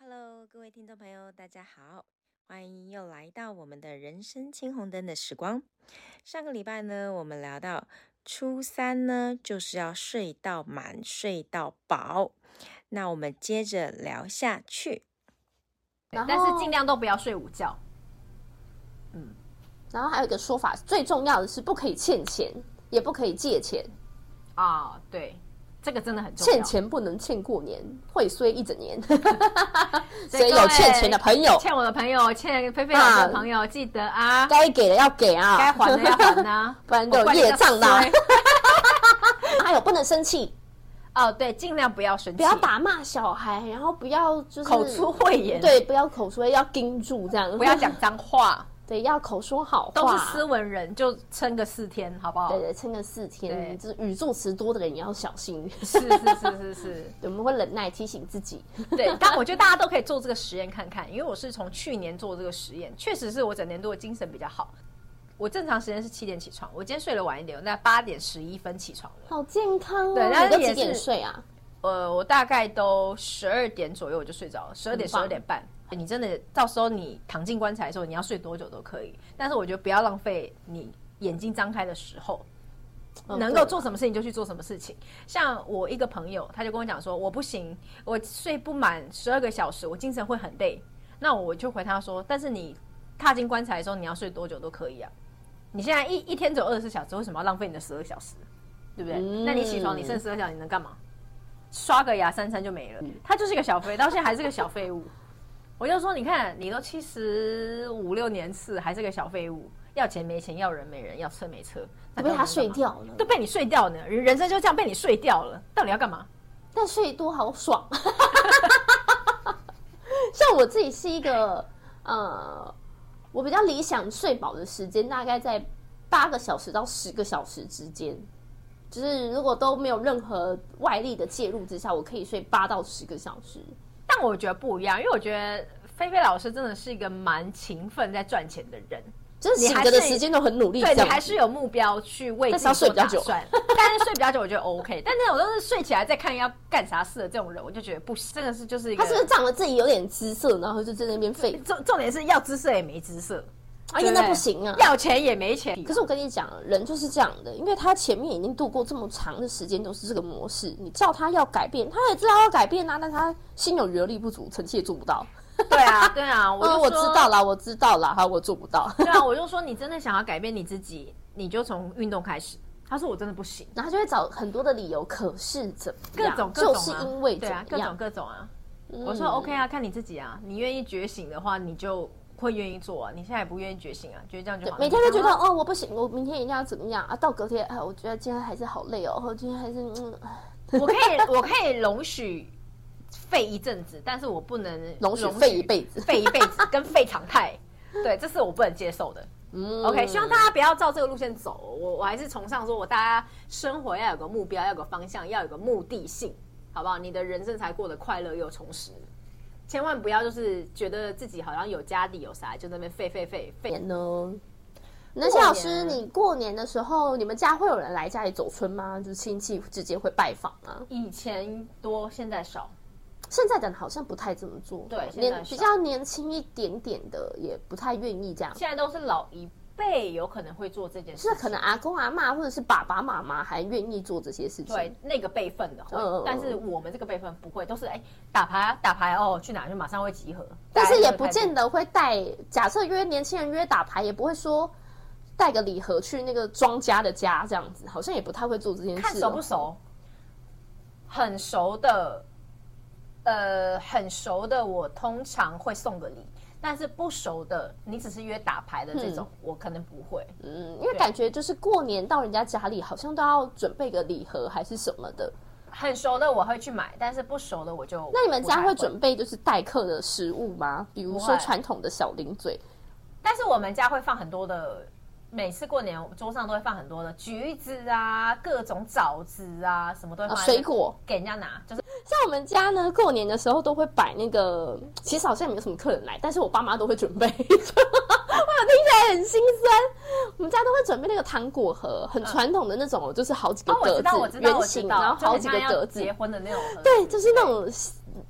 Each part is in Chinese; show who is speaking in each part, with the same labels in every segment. Speaker 1: Hello，各位听众朋友，大家好，欢迎又来到我们的人生青红灯的时光。上个礼拜呢，我们聊到初三呢，就是要睡到满，睡到饱。那我们接着聊下去。
Speaker 2: 然
Speaker 3: 但是
Speaker 2: 后
Speaker 3: 尽量都不要睡午觉。
Speaker 2: 然后还有一个说法，最重要的是不可以欠钱，也不可以借钱，
Speaker 3: 啊、对，这个真的很重要。
Speaker 2: 欠钱不能欠过年，会衰一整 年。
Speaker 3: 所
Speaker 2: 所
Speaker 3: 以
Speaker 2: 以
Speaker 3: 各位
Speaker 2: 有欠钱的朋友，
Speaker 3: 欠我的朋友，欠菲菲老师的朋友，记得啊，
Speaker 2: 该给的要给啊，
Speaker 3: 该还的要还
Speaker 2: ，
Speaker 3: 啊
Speaker 2: 不然就有业障的啊
Speaker 3: 我怪你那
Speaker 2: 还哎有不能生气，
Speaker 3: 衰 哦，对，尽量不要生气，
Speaker 2: 不要，打骂小孩，然后不要就是
Speaker 3: 口出秽言，，
Speaker 2: 对，不要口说要盯住这样，
Speaker 3: 不要讲脏话，
Speaker 2: 对，要口说好话，
Speaker 3: 都是斯文人，就撑个四天，好不好？
Speaker 2: 对对，撑个四
Speaker 3: 对
Speaker 2: 天，就是语助词多的人也要小心，
Speaker 3: 是是是是是，
Speaker 2: 我们会忍耐提醒自己。
Speaker 3: 对，但我觉得大家都可以做这个实验看看，因为我是从去年做这个实验，确实是我整年度的精神比较好。我正常时间是七点起床，我今天睡得晚一点，我在八点十一分起床了。
Speaker 2: 好健康哦！
Speaker 3: 对但是
Speaker 2: 你都
Speaker 3: 也
Speaker 2: 几点
Speaker 3: 是
Speaker 2: 睡啊？
Speaker 3: 呃，我大概都十二点左右我就睡着了，十二点
Speaker 2: 很
Speaker 3: 十
Speaker 2: 棒
Speaker 3: 二点半。你真的到时候你躺进棺材的时候，你要睡多久都可以，但是我觉得不要浪费你眼睛张开的时候，
Speaker 2: 嗯
Speaker 3: 能够
Speaker 2: 对
Speaker 3: 做什么事情就去做什么事情。像我一个朋友，他就跟我讲说，我不行，我睡不满十二个小时，我精神会很累。那我就回他说，但是你踏进棺材的时候，你要睡多久都可以啊。你现在一一天只有二十四小时，为什么要浪费你的十二小时？对不对？
Speaker 2: 嗯
Speaker 3: 那你起床，你剩十二小时，你能干嘛？刷个牙、三餐就没了。
Speaker 2: 嗯
Speaker 3: 他就是个小废，到现在还是个小废物。我就说，你看，你都七十五六年次，还是个小废物，要钱没钱，要人没人，要车没车，
Speaker 2: 我
Speaker 3: 那
Speaker 2: 被
Speaker 3: 干嘛
Speaker 2: 他睡掉了，
Speaker 3: 都被你睡掉呢，人人生就这样被你睡掉了，到底要干嘛？
Speaker 2: 但睡多好爽。 像我自己是一个，呃，我比较理想睡饱的时间大概在八个小时到十个小时之间，就是如果都没有任何外力的介入之下，我可以睡八到十个小时。
Speaker 3: 但我觉得不一样，因为我觉得菲菲老师真的是一个蛮勤奋在赚钱的人，
Speaker 2: 就是
Speaker 3: 你
Speaker 2: 醒
Speaker 3: 还
Speaker 2: 着的
Speaker 3: 是
Speaker 2: 时间都很努力，
Speaker 3: 对
Speaker 2: 这
Speaker 3: 你
Speaker 2: 样
Speaker 3: 还
Speaker 2: 子
Speaker 3: 是有目标去为
Speaker 2: 但
Speaker 3: 自
Speaker 2: 是要睡
Speaker 3: 己做
Speaker 2: 比较
Speaker 3: 打
Speaker 2: 久
Speaker 3: 算。但是睡比较久，我觉得 OK。但是我都是睡起来再看要干啥事的这种人，我就觉得不行，真的是就是一个
Speaker 2: 他。是不是仗着自己有点姿色，然后就在那边废？
Speaker 3: 重重点是要姿色也没姿色，
Speaker 2: 哎
Speaker 3: 对
Speaker 2: 呀，
Speaker 3: 不
Speaker 2: 那
Speaker 3: 对
Speaker 2: 不行啊！
Speaker 3: 要钱也没钱。
Speaker 2: 可是我跟你讲，人就是这样的，因为他前面已经度过这么长的时间都是这个模式，你叫他要改变，他也知道要改变啊，但他心有余而力不足，臣妾也做不到。
Speaker 3: 对啊，对啊，我 就
Speaker 2: 嗯，我
Speaker 3: 说
Speaker 2: 知道啦，我知道啦，哈，我做不到。
Speaker 3: 对啊，我就说你真的想要改变你自己，你就从运动开始。他说我真的不行，
Speaker 2: 然后他就会找很多的理由，可是怎么
Speaker 3: 各
Speaker 2: 样？
Speaker 3: 种各种、
Speaker 2: 就
Speaker 3: 啊、
Speaker 2: 是因为
Speaker 3: 对
Speaker 2: 怎
Speaker 3: 啊
Speaker 2: 么，
Speaker 3: 各种
Speaker 2: 样？
Speaker 3: 各种啊。
Speaker 2: 嗯
Speaker 3: 我说 OK 啊，看你自己啊，你愿意觉醒的话，你就会愿意做啊。你现在也不愿意觉醒啊，觉得这样就
Speaker 2: 对
Speaker 3: 好。
Speaker 2: 每天都觉
Speaker 3: 你
Speaker 2: 得哦，我不行，我明天一定要怎么样啊？到隔天，哎，我觉得今天还是好累哦，我今天还是嗯，
Speaker 3: 想要，我可以，我可以容许废一阵子，但是我不能
Speaker 2: 容许废一辈子
Speaker 3: 废一辈子跟废常态。对，这是我不能接受的。
Speaker 2: 嗯
Speaker 3: OK，希望大家不要照这个路线走。我我还是崇尚说，我大家生活要有个目标，要有个方向，要有个目的性，好不好？你的人生才过得快乐又充实。千万不要就是觉得自己好像有家底有啥，就在那边废废废废。
Speaker 2: 年呢？南希老师，
Speaker 3: 过年
Speaker 2: 你过年的时候，你们家会有人来家里走村吗？就是亲戚之间会拜访吗？
Speaker 3: 以前多，现在少。
Speaker 2: 现在的人好像不太这么做，
Speaker 3: 对现在
Speaker 2: 年
Speaker 3: 少
Speaker 2: 比较年轻一点点的也不太愿意这样。
Speaker 3: 现在都是老一辈有可能会做这件事
Speaker 2: 是
Speaker 3: 情，
Speaker 2: 可能阿公阿妈或者是爸爸妈妈还愿意做这些事情。
Speaker 3: 对，那个辈分的会，
Speaker 2: 嗯嗯嗯
Speaker 3: 但是我们这个辈分不会，都是哎打牌打牌哦，去哪就马上会集合。
Speaker 2: 但是也
Speaker 3: 大概这个
Speaker 2: 不
Speaker 3: 态度
Speaker 2: 见得会带。假设约年轻人约打牌，也不会说带个礼盒去那个庄家的家这样子，好像也不太会做这件事。哦
Speaker 3: 看熟不？熟，很熟的，呃，很熟的，我通常会送个礼，但是不熟的，你只是约打牌的这种，我可能不会。
Speaker 2: 嗯，因为
Speaker 3: 对
Speaker 2: 感觉就是过年到人家家里，好像都要准备个礼盒还是什么的。
Speaker 3: 很熟的我会去买，但是不熟的我就
Speaker 2: 那你们
Speaker 3: 不太
Speaker 2: 家会准备就是待客的食物吗？比如
Speaker 3: 不
Speaker 2: 说
Speaker 3: 会
Speaker 2: 传统的小零嘴，
Speaker 3: 但是我们家会放很多的，每次过年桌上都会放很多的橘子啊，各种枣子啊，什么都会
Speaker 2: 呃，
Speaker 3: 放、
Speaker 2: 水果。
Speaker 3: 给人家拿，就是
Speaker 2: 像我们家呢，过年的时候都会摆那个，其实好像也没有什么客人来，但是我爸妈都会 准备，我有听起来很心酸。我们家都会准备那个糖果盒，很传统的那种，就是好几个
Speaker 3: 哦，我
Speaker 2: 格
Speaker 3: 知
Speaker 2: 子
Speaker 3: 道，我知，道，
Speaker 2: 圆
Speaker 3: 我知
Speaker 2: 形，
Speaker 3: 道，
Speaker 2: 然后
Speaker 3: 就
Speaker 2: 好
Speaker 3: 很
Speaker 2: 几
Speaker 3: 像
Speaker 2: 个
Speaker 3: 要
Speaker 2: 格子
Speaker 3: 结，婚的那种盒，
Speaker 2: 对，就是那种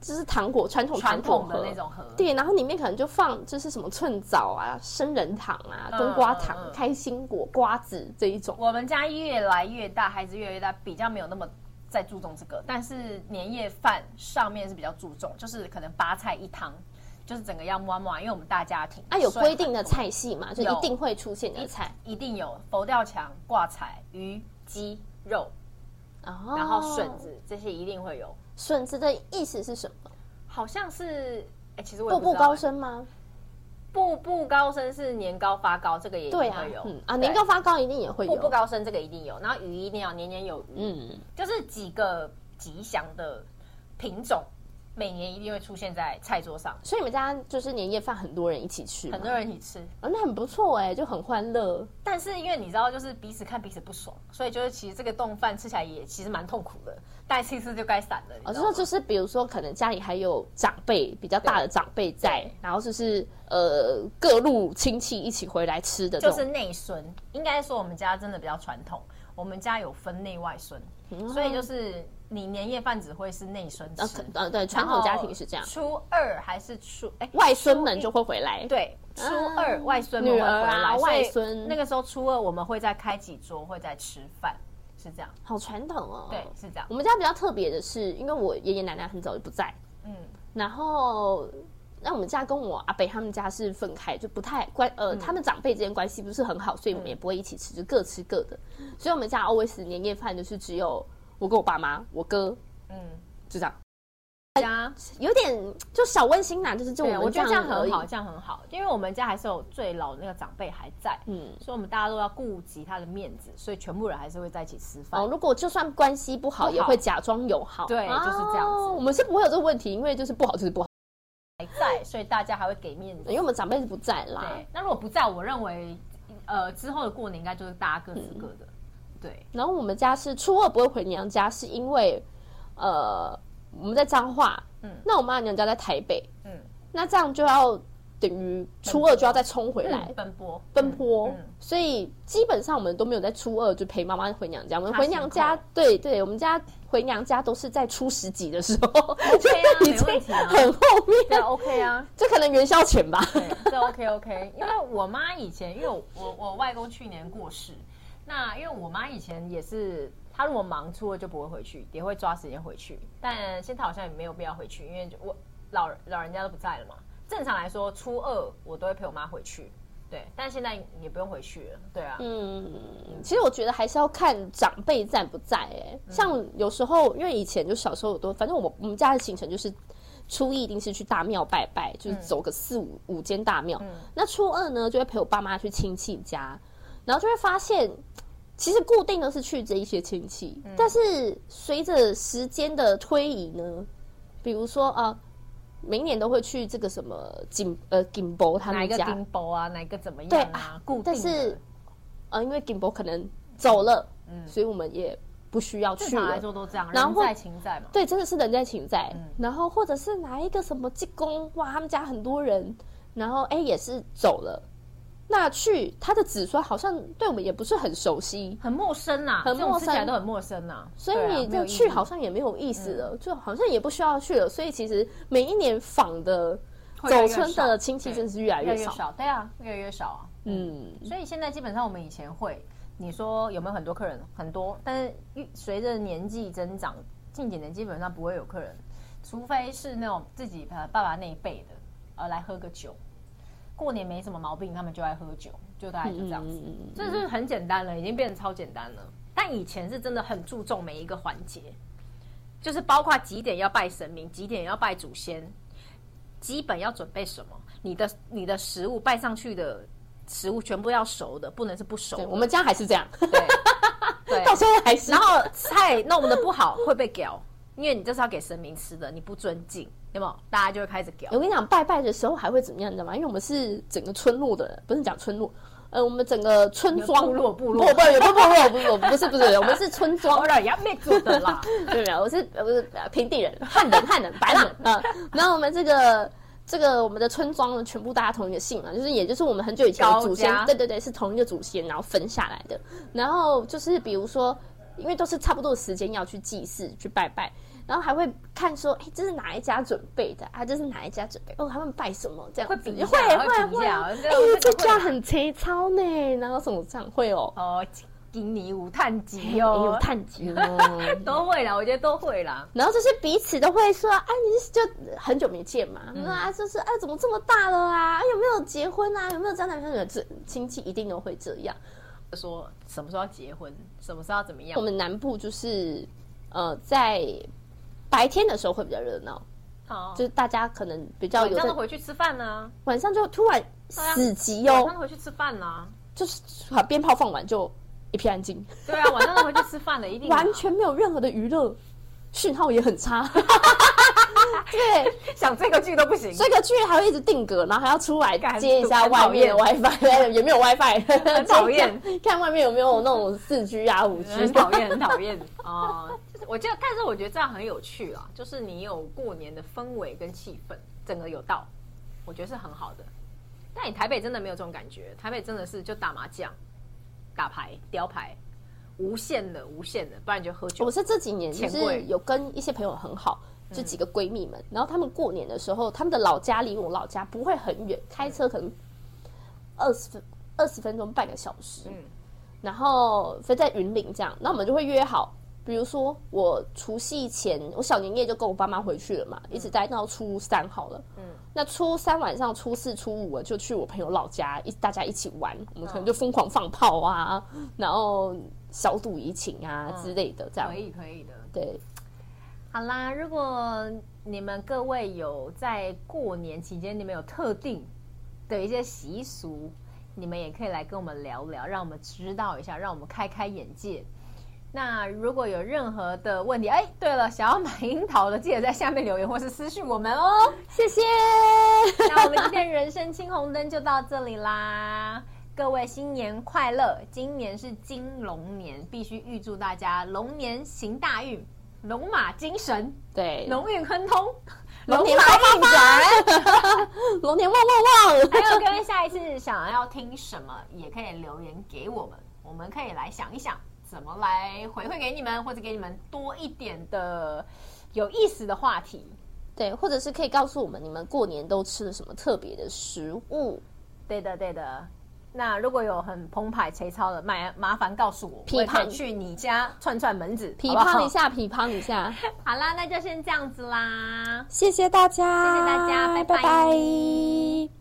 Speaker 2: 就是糖果传统
Speaker 3: 传
Speaker 2: 糖果
Speaker 3: 统的
Speaker 2: 盒
Speaker 3: 那。种盒，
Speaker 2: 对，然后里面可能就放就是什么寸枣啊、生人糖啊、
Speaker 3: 嗯
Speaker 2: 冬瓜糖
Speaker 3: 嗯嗯、
Speaker 2: 开心果、瓜子这一种。
Speaker 3: 我们家越来越大，孩子越来越大，比较没有那么在注重这个，但是年夜饭上面是比较注重，就是可能八菜一汤，就是整个要摸摸，因为我们大家庭
Speaker 2: 啊，有
Speaker 3: 所以
Speaker 2: 规定的菜系嘛，就
Speaker 3: 有
Speaker 2: 一定会出现的菜。
Speaker 3: 一定有佛跳墙、挂彩、鱼、鸡、肉，
Speaker 2: 然
Speaker 3: 然后笋子、这些一定会有，
Speaker 2: 哦笋子的意思是什么？
Speaker 3: 好像是哎、其实我也
Speaker 2: 步
Speaker 3: 不
Speaker 2: 步
Speaker 3: 知道
Speaker 2: 高升吗？
Speaker 3: 步步高升是年糕发糕，这个也一定
Speaker 2: 对啊
Speaker 3: 会有，，
Speaker 2: 嗯啊，
Speaker 3: 对
Speaker 2: 年糕发糕一定也会
Speaker 3: 步步
Speaker 2: 有。
Speaker 3: 高升这个一定有，然后鱼一定要年年有余，
Speaker 2: 嗯，
Speaker 3: 就是几个吉祥的品种，每年一定会出现在菜桌上，
Speaker 2: 所以你们家就是年夜饭很多人一起吃吗，
Speaker 3: 很多人一起吃。
Speaker 2: 哦，那很不错哎，就很欢乐。
Speaker 3: 但是因为你知道，就是彼此看彼此不爽，所以就是其实这个冻饭吃起来也其实蛮痛苦的，但吃一次就该散了。
Speaker 2: 我
Speaker 3: 你
Speaker 2: 是
Speaker 3: 知道吗
Speaker 2: 说，哦就是比如说，可能家里还有长辈比较大的长辈在
Speaker 3: 对，
Speaker 2: 然后就是呃各路亲戚一起回来吃的这
Speaker 3: 就是
Speaker 2: 种，
Speaker 3: 内孙，应该说我们家真的比较传统，我们家有分内外孙，
Speaker 2: 哦
Speaker 3: 所以就是你年夜饭只会是内孙
Speaker 2: 呃
Speaker 3: 吃
Speaker 2: 可。呃对，传统家庭是这样，
Speaker 3: 初二还是初哎、
Speaker 2: 外孙们就
Speaker 3: 初
Speaker 2: 会回来
Speaker 3: 一。对初二外孙们
Speaker 2: 女
Speaker 3: 会回
Speaker 2: 儿啊
Speaker 3: 来，所以
Speaker 2: 外孙
Speaker 3: 那个时候初二我们会再开几桌，会再吃饭，是这样，
Speaker 2: 好传统哦。
Speaker 3: 对，是这样
Speaker 2: 我，们家比较特别的是，因为我爷爷奶奶很早就不在，
Speaker 3: 嗯，
Speaker 2: 然后那我们家跟我阿北他们家是分开，就不太关呃，
Speaker 3: 嗯
Speaker 2: 他们长辈之间关系不是很好，所以我们也不会一起吃，就各吃各的。所以我们家 always 年夜饭就是只有我跟我爸妈、我哥，
Speaker 3: 嗯，
Speaker 2: 就这样，
Speaker 3: 家。
Speaker 2: 有点就小温馨啦，就是就我
Speaker 3: 对，啊
Speaker 2: 们
Speaker 3: 我觉得
Speaker 2: 这
Speaker 3: 这样
Speaker 2: 样而
Speaker 3: 很
Speaker 2: 已
Speaker 3: 好，。这样很好，因为我们家还是有最老的那个长辈还在，
Speaker 2: 嗯，
Speaker 3: 所以我们大家都要顾及他的面子，所以全部人还是会在一起吃饭。
Speaker 2: 哦，如果就算关系不好，
Speaker 3: 不好
Speaker 2: 也会假装友好。
Speaker 3: 对就是这样子
Speaker 2: 哦我们是不会有这个问题，因为就是不好就是不好，
Speaker 3: 还在，所以大家还会给面子
Speaker 2: 因。为我们长辈是不在啦。
Speaker 3: 对，那如果不在，我认为，呃，之后的过年应该就是大家各自各的。对，
Speaker 2: 然后我们家是初二不会回娘家，是因为呃我们在彰化，
Speaker 3: 嗯
Speaker 2: 那我妈娘家在台北，
Speaker 3: 嗯
Speaker 2: 那这样就要等于初二就要再冲回来。
Speaker 3: 嗯奔波，
Speaker 2: 奔波，
Speaker 3: 嗯嗯
Speaker 2: 所以基本上我们都没有在初二就陪妈妈回娘家。我们
Speaker 3: 她
Speaker 2: 回娘家
Speaker 3: 辛苦，
Speaker 2: 对对，我们家回娘家都是在初十几的时候，就
Speaker 3: 啊
Speaker 2: 已
Speaker 3: 没问题
Speaker 2: 经
Speaker 3: 啊
Speaker 2: 很后
Speaker 3: 对
Speaker 2: 面，
Speaker 3: ，OK 啊，
Speaker 2: 就可能元宵前吧。
Speaker 3: 对， 这 OK OK。因为我妈以前，因为我我我外公去年过世，那因为我妈以前也是，她如果忙初二就不会回去，也会抓时间回去，但现在好像也没有必要回去，因为就我老老人家都不在了嘛。正常来说，初二我都会陪我妈回去，对，但现在也不用回去了，对啊，
Speaker 2: 嗯，其实我觉得还是要看长辈在不在、哎、
Speaker 3: 嗯
Speaker 2: 像有时候，因为以前就小时候我都，反正我我们家的行程就是初一一定是去大庙拜拜，
Speaker 3: 嗯
Speaker 2: 就是走个四五、五间大庙。那初二呢，就会陪我爸妈去亲戚家，然后就会发现，其实固定的是去这一些亲戚，
Speaker 3: 嗯
Speaker 2: 但是随着时间的推移呢，比如说呃，每一年都会去这个什么锦呃锦博他
Speaker 3: 哪一
Speaker 2: 们
Speaker 3: 个
Speaker 2: 家，
Speaker 3: 金包啊，哪一个怎么
Speaker 2: 对
Speaker 3: 样啊，固定的嗯
Speaker 2: 但是呃，因为景博可能走了，所以我们也不需要
Speaker 3: 正
Speaker 2: 去
Speaker 3: 常来
Speaker 2: 了。
Speaker 3: 说嗯都这样，
Speaker 2: 然后
Speaker 3: 人在情在嘛。
Speaker 2: 对，真的是人在情在。然后或者是拿一个什么济公，哇，他们家很多人，然后哎也是走了，那去他的子孙好像对我们也不是很熟悉，
Speaker 3: 很陌生呐、
Speaker 2: 很
Speaker 3: 这种
Speaker 2: 陌
Speaker 3: 吃起来
Speaker 2: 生
Speaker 3: 都很陌生呐、
Speaker 2: 所以
Speaker 3: 对啊
Speaker 2: 你
Speaker 3: 没有
Speaker 2: 这
Speaker 3: 意
Speaker 2: 去
Speaker 3: 义嗯
Speaker 2: 好像也没有意思了，就好像也不需要去了。所以其实每一年访的
Speaker 3: 会越来
Speaker 2: 走
Speaker 3: 越
Speaker 2: 村
Speaker 3: 少
Speaker 2: 的亲戚
Speaker 3: 对
Speaker 2: 真的是越来
Speaker 3: 越来
Speaker 2: 越
Speaker 3: 越
Speaker 2: 少。
Speaker 3: 少，对啊，越来越少啊。
Speaker 2: 嗯，
Speaker 3: 所以现在基本上我们以前会，你说有没有很多客人？很多，但是越随着年纪增长，近几年基本上不会有客人，除非是那种自己呃爸爸那一辈的，呃来喝个酒，过年没什么毛病，他们就爱喝酒，
Speaker 2: 嗯
Speaker 3: 就大概就这样子。这就是很简单了，已经变得超简单了。但以前是真的很注重每一个环节，就是包括几点要拜神明，几点要拜祖先，基本要准备什么，你的你的食物拜上去的食物全部要熟的，不能是不熟
Speaker 2: 对，
Speaker 3: 的。
Speaker 2: 我们家还是这样。
Speaker 3: 对对 对，
Speaker 2: 到时候还是
Speaker 3: 然后菜弄得不好会被屌，因为你这是要给神明吃的，你不尊敬，有没有？大家就会开始屌
Speaker 2: 我。跟你讲，拜拜的时候还会怎么样，你知道吗？因为我们是整个村落的人，不是讲村落，呃，我们整个村庄
Speaker 3: 部落部落
Speaker 2: 不不有不部落不不不是不是，我们是村庄
Speaker 3: 我，俩也要灭族的啦，
Speaker 2: 对没有？我是呃不是呃平地人， 汉人汉人白浪 啊、嗯然后我们这个。这个我们的村庄呢，全部大家同一个姓嘛，就是也就是我们很久以前的祖先
Speaker 3: 高家，
Speaker 2: 对对对，是同一个祖先，然后分下来的。然后就是比如说，因为都是差不多的时间要去祭祀、去拜拜，然后还会看说，哎，这是哪一家准备的啊？这是哪一家准备？哦，他们拜什么？这样
Speaker 3: 会
Speaker 2: 子
Speaker 3: 比一下
Speaker 2: 会
Speaker 3: 会
Speaker 2: 会
Speaker 3: 比一
Speaker 2: 会，
Speaker 3: 下
Speaker 2: 哎
Speaker 3: 这个会，
Speaker 2: 这家很切操呢，然后什么这样会哦，
Speaker 3: 哦，金尼无探
Speaker 2: 哎
Speaker 3: 吉
Speaker 2: 有
Speaker 3: 哦，
Speaker 2: 探集哦。
Speaker 3: 都会啦，我觉得都会啦。
Speaker 2: 然后就是彼此都会说，啊，你是就很久没见嘛，
Speaker 3: 嗯
Speaker 2: 那、啊就是啊，怎么这么大了啊？啊有没有结婚啊？有没有交男朋友？这亲戚一定都会这样。
Speaker 3: 说什么时候要结婚，什么时候要怎么样
Speaker 2: 我？们南部就是，呃，在白天的时候会比较热闹，
Speaker 3: 哦
Speaker 2: 就是大家可能比较
Speaker 3: 晚
Speaker 2: 有
Speaker 3: 上
Speaker 2: 在
Speaker 3: 都回去吃饭呢，
Speaker 2: 晚上就突然死寂
Speaker 3: 晚
Speaker 2: 哦
Speaker 3: 上，都回去吃饭啦。
Speaker 2: 就是把鞭炮放完就一片安静，
Speaker 3: 对啊，晚上都回去吃饭了，一 定的啊
Speaker 2: 完全没有任何的娱乐，讯号也很 差。对，
Speaker 3: 想这个剧都不行，
Speaker 2: 这个剧还会一直定格，然后还要出来
Speaker 3: 干
Speaker 2: 接一下外面的 WiFi，也没 有 WiFi，很
Speaker 3: 讨厌。
Speaker 2: 看外面有没有那种四 G 啊、五 G
Speaker 3: 很讨厌，很讨厌哦。就是我觉得，但是我觉得这样很有趣啦，就是你有过年的氛围跟气氛，整个有到，我觉得是很好的。但你台北真的没有这种感觉，台北真的是就打麻将、打牌、雕牌，无限的、无限的，不然你就喝 酒
Speaker 2: 我。是这几年就
Speaker 3: 钱柜嗯
Speaker 2: 是有跟一些朋友很好，就几个闺蜜们，然后她们过年的时候，她们的老家离我老家不会很远，开车可能二十分二十分钟半个小时，
Speaker 3: 嗯
Speaker 2: 然后飞在云林这样，那我们就会约好。比如说，我除夕前，我小年夜就跟我爸妈回去了嘛，一直待到初三好了。嗯，那初三晚上、初四、初五，我就去我朋友老家，一大家一起玩，我们可能就疯狂放炮啊，然后小赌怡情啊之类的，这样
Speaker 3: 可。以，可以的。
Speaker 2: 对，
Speaker 3: 好啦，如果你们各位有在过年期间，你们有特定的一些习俗，你们也可以来跟我们聊聊，让我们知道一下，让我们开开眼界。那如果有任何的问题，哎，对了，想要买樱桃的，记得在下面留言或是私讯我们哦。
Speaker 2: 谢谢，
Speaker 3: 那我们今天人生青红灯就到这里啦，各位新年快乐！今年是金龙年，必须预祝大家龙年行大运，龙马精神。
Speaker 2: 对，
Speaker 3: 龙运亨通，
Speaker 2: 龙年
Speaker 3: 马运转。
Speaker 2: 龙年旺旺旺，
Speaker 3: 还有各位，下一次想要听什么，也可以留言给我们，我们可以来想一想怎么来回馈给你们，或者给你们多一点的有意思的话题。
Speaker 2: 对，或者是可以告诉我们你们过年都吃了什么特别的食物，
Speaker 3: 对的，对的。那如果有很澎湃、贼操的，麻麻烦告诉我，
Speaker 2: 批
Speaker 3: 我也可
Speaker 2: 判
Speaker 3: 以去你家串串门子，
Speaker 2: 嗯批
Speaker 3: 好不好
Speaker 2: 判一。下，批判一下，
Speaker 3: 好啦，那就先这样子啦。
Speaker 2: 谢谢大家，
Speaker 3: 谢谢大家拜拜
Speaker 2: 拜拜